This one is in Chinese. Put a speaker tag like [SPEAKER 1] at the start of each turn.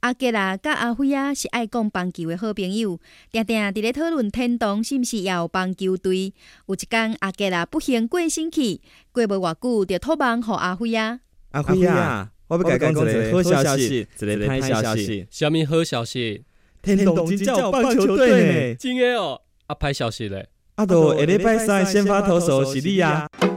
[SPEAKER 1] 阿杰啊，甲阿辉啊是爱讲棒球的好朋友，定定伫咧讨论天堂是毋是也有棒球队。有一天，阿杰啊不幸过身去，过无偌久就托梦互阿辉啊。
[SPEAKER 2] 阿
[SPEAKER 3] 阿
[SPEAKER 2] 辉啊，
[SPEAKER 3] 啊，
[SPEAKER 2] 我要甲你讲一个好消息，一
[SPEAKER 3] 一个
[SPEAKER 2] 个
[SPEAKER 3] 歹
[SPEAKER 2] 歹
[SPEAKER 3] 消
[SPEAKER 2] 消
[SPEAKER 3] 息
[SPEAKER 2] 息。，
[SPEAKER 4] 虾米好消息？
[SPEAKER 2] 天
[SPEAKER 3] 洞
[SPEAKER 2] 童
[SPEAKER 3] 真
[SPEAKER 2] 真
[SPEAKER 3] 正
[SPEAKER 2] 正
[SPEAKER 3] 有
[SPEAKER 2] 有
[SPEAKER 3] 棒
[SPEAKER 2] 棒
[SPEAKER 3] 球
[SPEAKER 2] 球
[SPEAKER 3] 队
[SPEAKER 2] 队
[SPEAKER 3] 呢
[SPEAKER 2] 呢。
[SPEAKER 4] 真诶哦，啊，歹消息咧。
[SPEAKER 2] 啊，
[SPEAKER 3] 就
[SPEAKER 2] 都
[SPEAKER 3] 下
[SPEAKER 2] 下
[SPEAKER 3] 礼
[SPEAKER 2] 礼
[SPEAKER 3] 拜
[SPEAKER 2] 拜
[SPEAKER 3] 三
[SPEAKER 2] 三
[SPEAKER 3] 先
[SPEAKER 2] 先
[SPEAKER 3] 发
[SPEAKER 2] 发
[SPEAKER 3] 投
[SPEAKER 2] 投
[SPEAKER 3] 手
[SPEAKER 2] 手
[SPEAKER 3] 是
[SPEAKER 2] 是
[SPEAKER 3] 你
[SPEAKER 2] 你
[SPEAKER 3] 啊
[SPEAKER 2] 啊！